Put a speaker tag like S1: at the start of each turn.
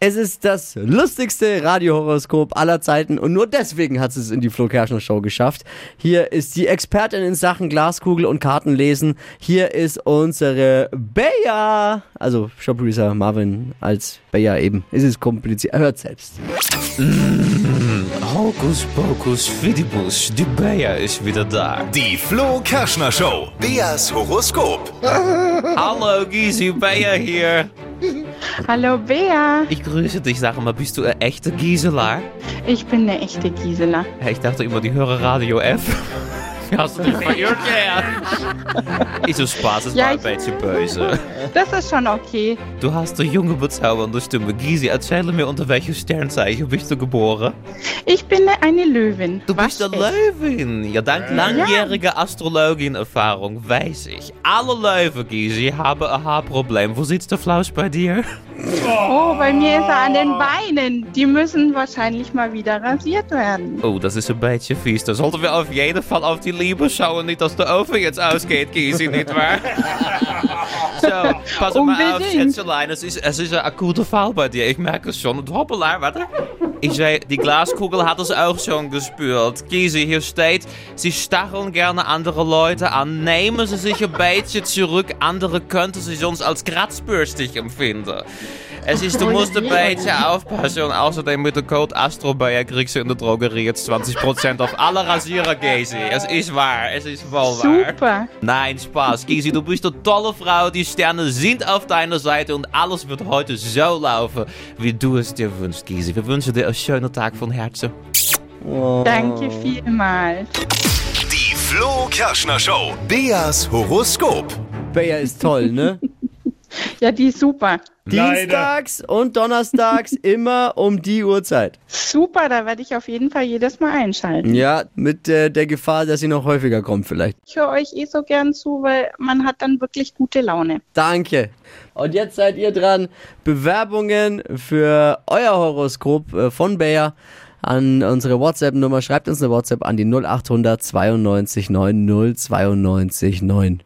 S1: Es ist das lustigste Radiohoroskop aller Zeiten und nur deswegen hat sie es in die Flo Kerschner Show geschafft. Hier ist die Expertin in Sachen Glaskugel und Kartenlesen. Hier ist unsere Bea, also Shop Producer Marvin als Bea eben. Es ist kompliziert, hört selbst.
S2: Hokus pokus fidibus, die Bayer is wieder da.
S3: Die Flo Kerschner Show. Beas Horoskop.
S2: Oh. Hallo Gysi, Bayer hier.
S4: Hallo Bea,
S2: Ich grüße dich, sag mal, bist du ein echter Gisela?
S4: ich bin eine echte Gisela.
S2: Hä, Ich dachte immer, die höre Radio F. Hast du dich verirrt, ja? Ist so Spaß, es
S4: Ja,
S2: war ein
S4: ich-
S2: bisschen böse.
S4: Das ist schon okay.
S2: Du hast eine junge, bezaubernde Stimme. Gysi, erzähle mir, unter welchem Sternzeichen bist du geboren?
S4: Ich bin eine Löwin.
S2: Du bist
S4: Was
S2: eine Löwin. Ja, dank langjähriger Astrologin-Erfahrung weiß ich, alle Löwen, Gysi, haben ein Haarproblem. Wo sitzt der Flaus bei dir?
S4: Oh, bei mir ist er an den Beinen. Die müssen wahrscheinlich mal wieder rasiert werden.
S2: Oh, das ist een beetje vies. Dan zullen we op jeden geval auf die Liebe schauen, niet als de oven jetzt ausgeht, Gysi, nietwaar? Zo, pas op maar eh, auf,
S4: Unbedingt.
S2: Schätzelein. Es ist, es ist ein akuter Fall bei dir. Ich merke es schon. Und hoppala, warte. Ich zei, die Glaskugel hat es auch schon gespürt. Gysi, hier steht, sie stacheln gerne andere Leute an. Nehmen sie sich ein bisschen zurück. Andere könnten sie sonst als kratzbürstig empfinden. Es ist, du musst ein bisschen aufpassen. Und außerdem mit dem Code AstroBayer kriegst du in der Drogerie jetzt 20% auf alle Rasierer, Gysi. Es ist wahr. Es ist wohl wahr.
S4: Super.
S2: Nein, Spaß. Gysi, du bist eine tolle Frau. Die Sterne sind auf deiner Seite und alles wird heute so laufen, wie du es dir wünschst, Gysi. Wir wünschen dir einen schönen Tag von Herzen. Oh.
S4: Danke vielmals.
S3: Die Flo Kerschner Show. Beas Horoskop.
S1: Bea ist toll, ne?
S4: Ja, die ist super.
S1: Dienstags und Donnerstags immer um die Uhrzeit.
S4: Super, da werde ich auf jeden Fall jedes Mal einschalten.
S1: Ja, mit äh, der Gefahr, dass sie noch häufiger kommt vielleicht.
S4: Ich höre euch eh so gern zu, weil man hat dann wirklich gute Laune.
S1: Danke. Und jetzt seid ihr dran. Bewerbungen für euer Horoskop äh, von Bayer an unsere WhatsApp-Nummer. Schreibt uns eine WhatsApp an die 0800 92 9 092 9.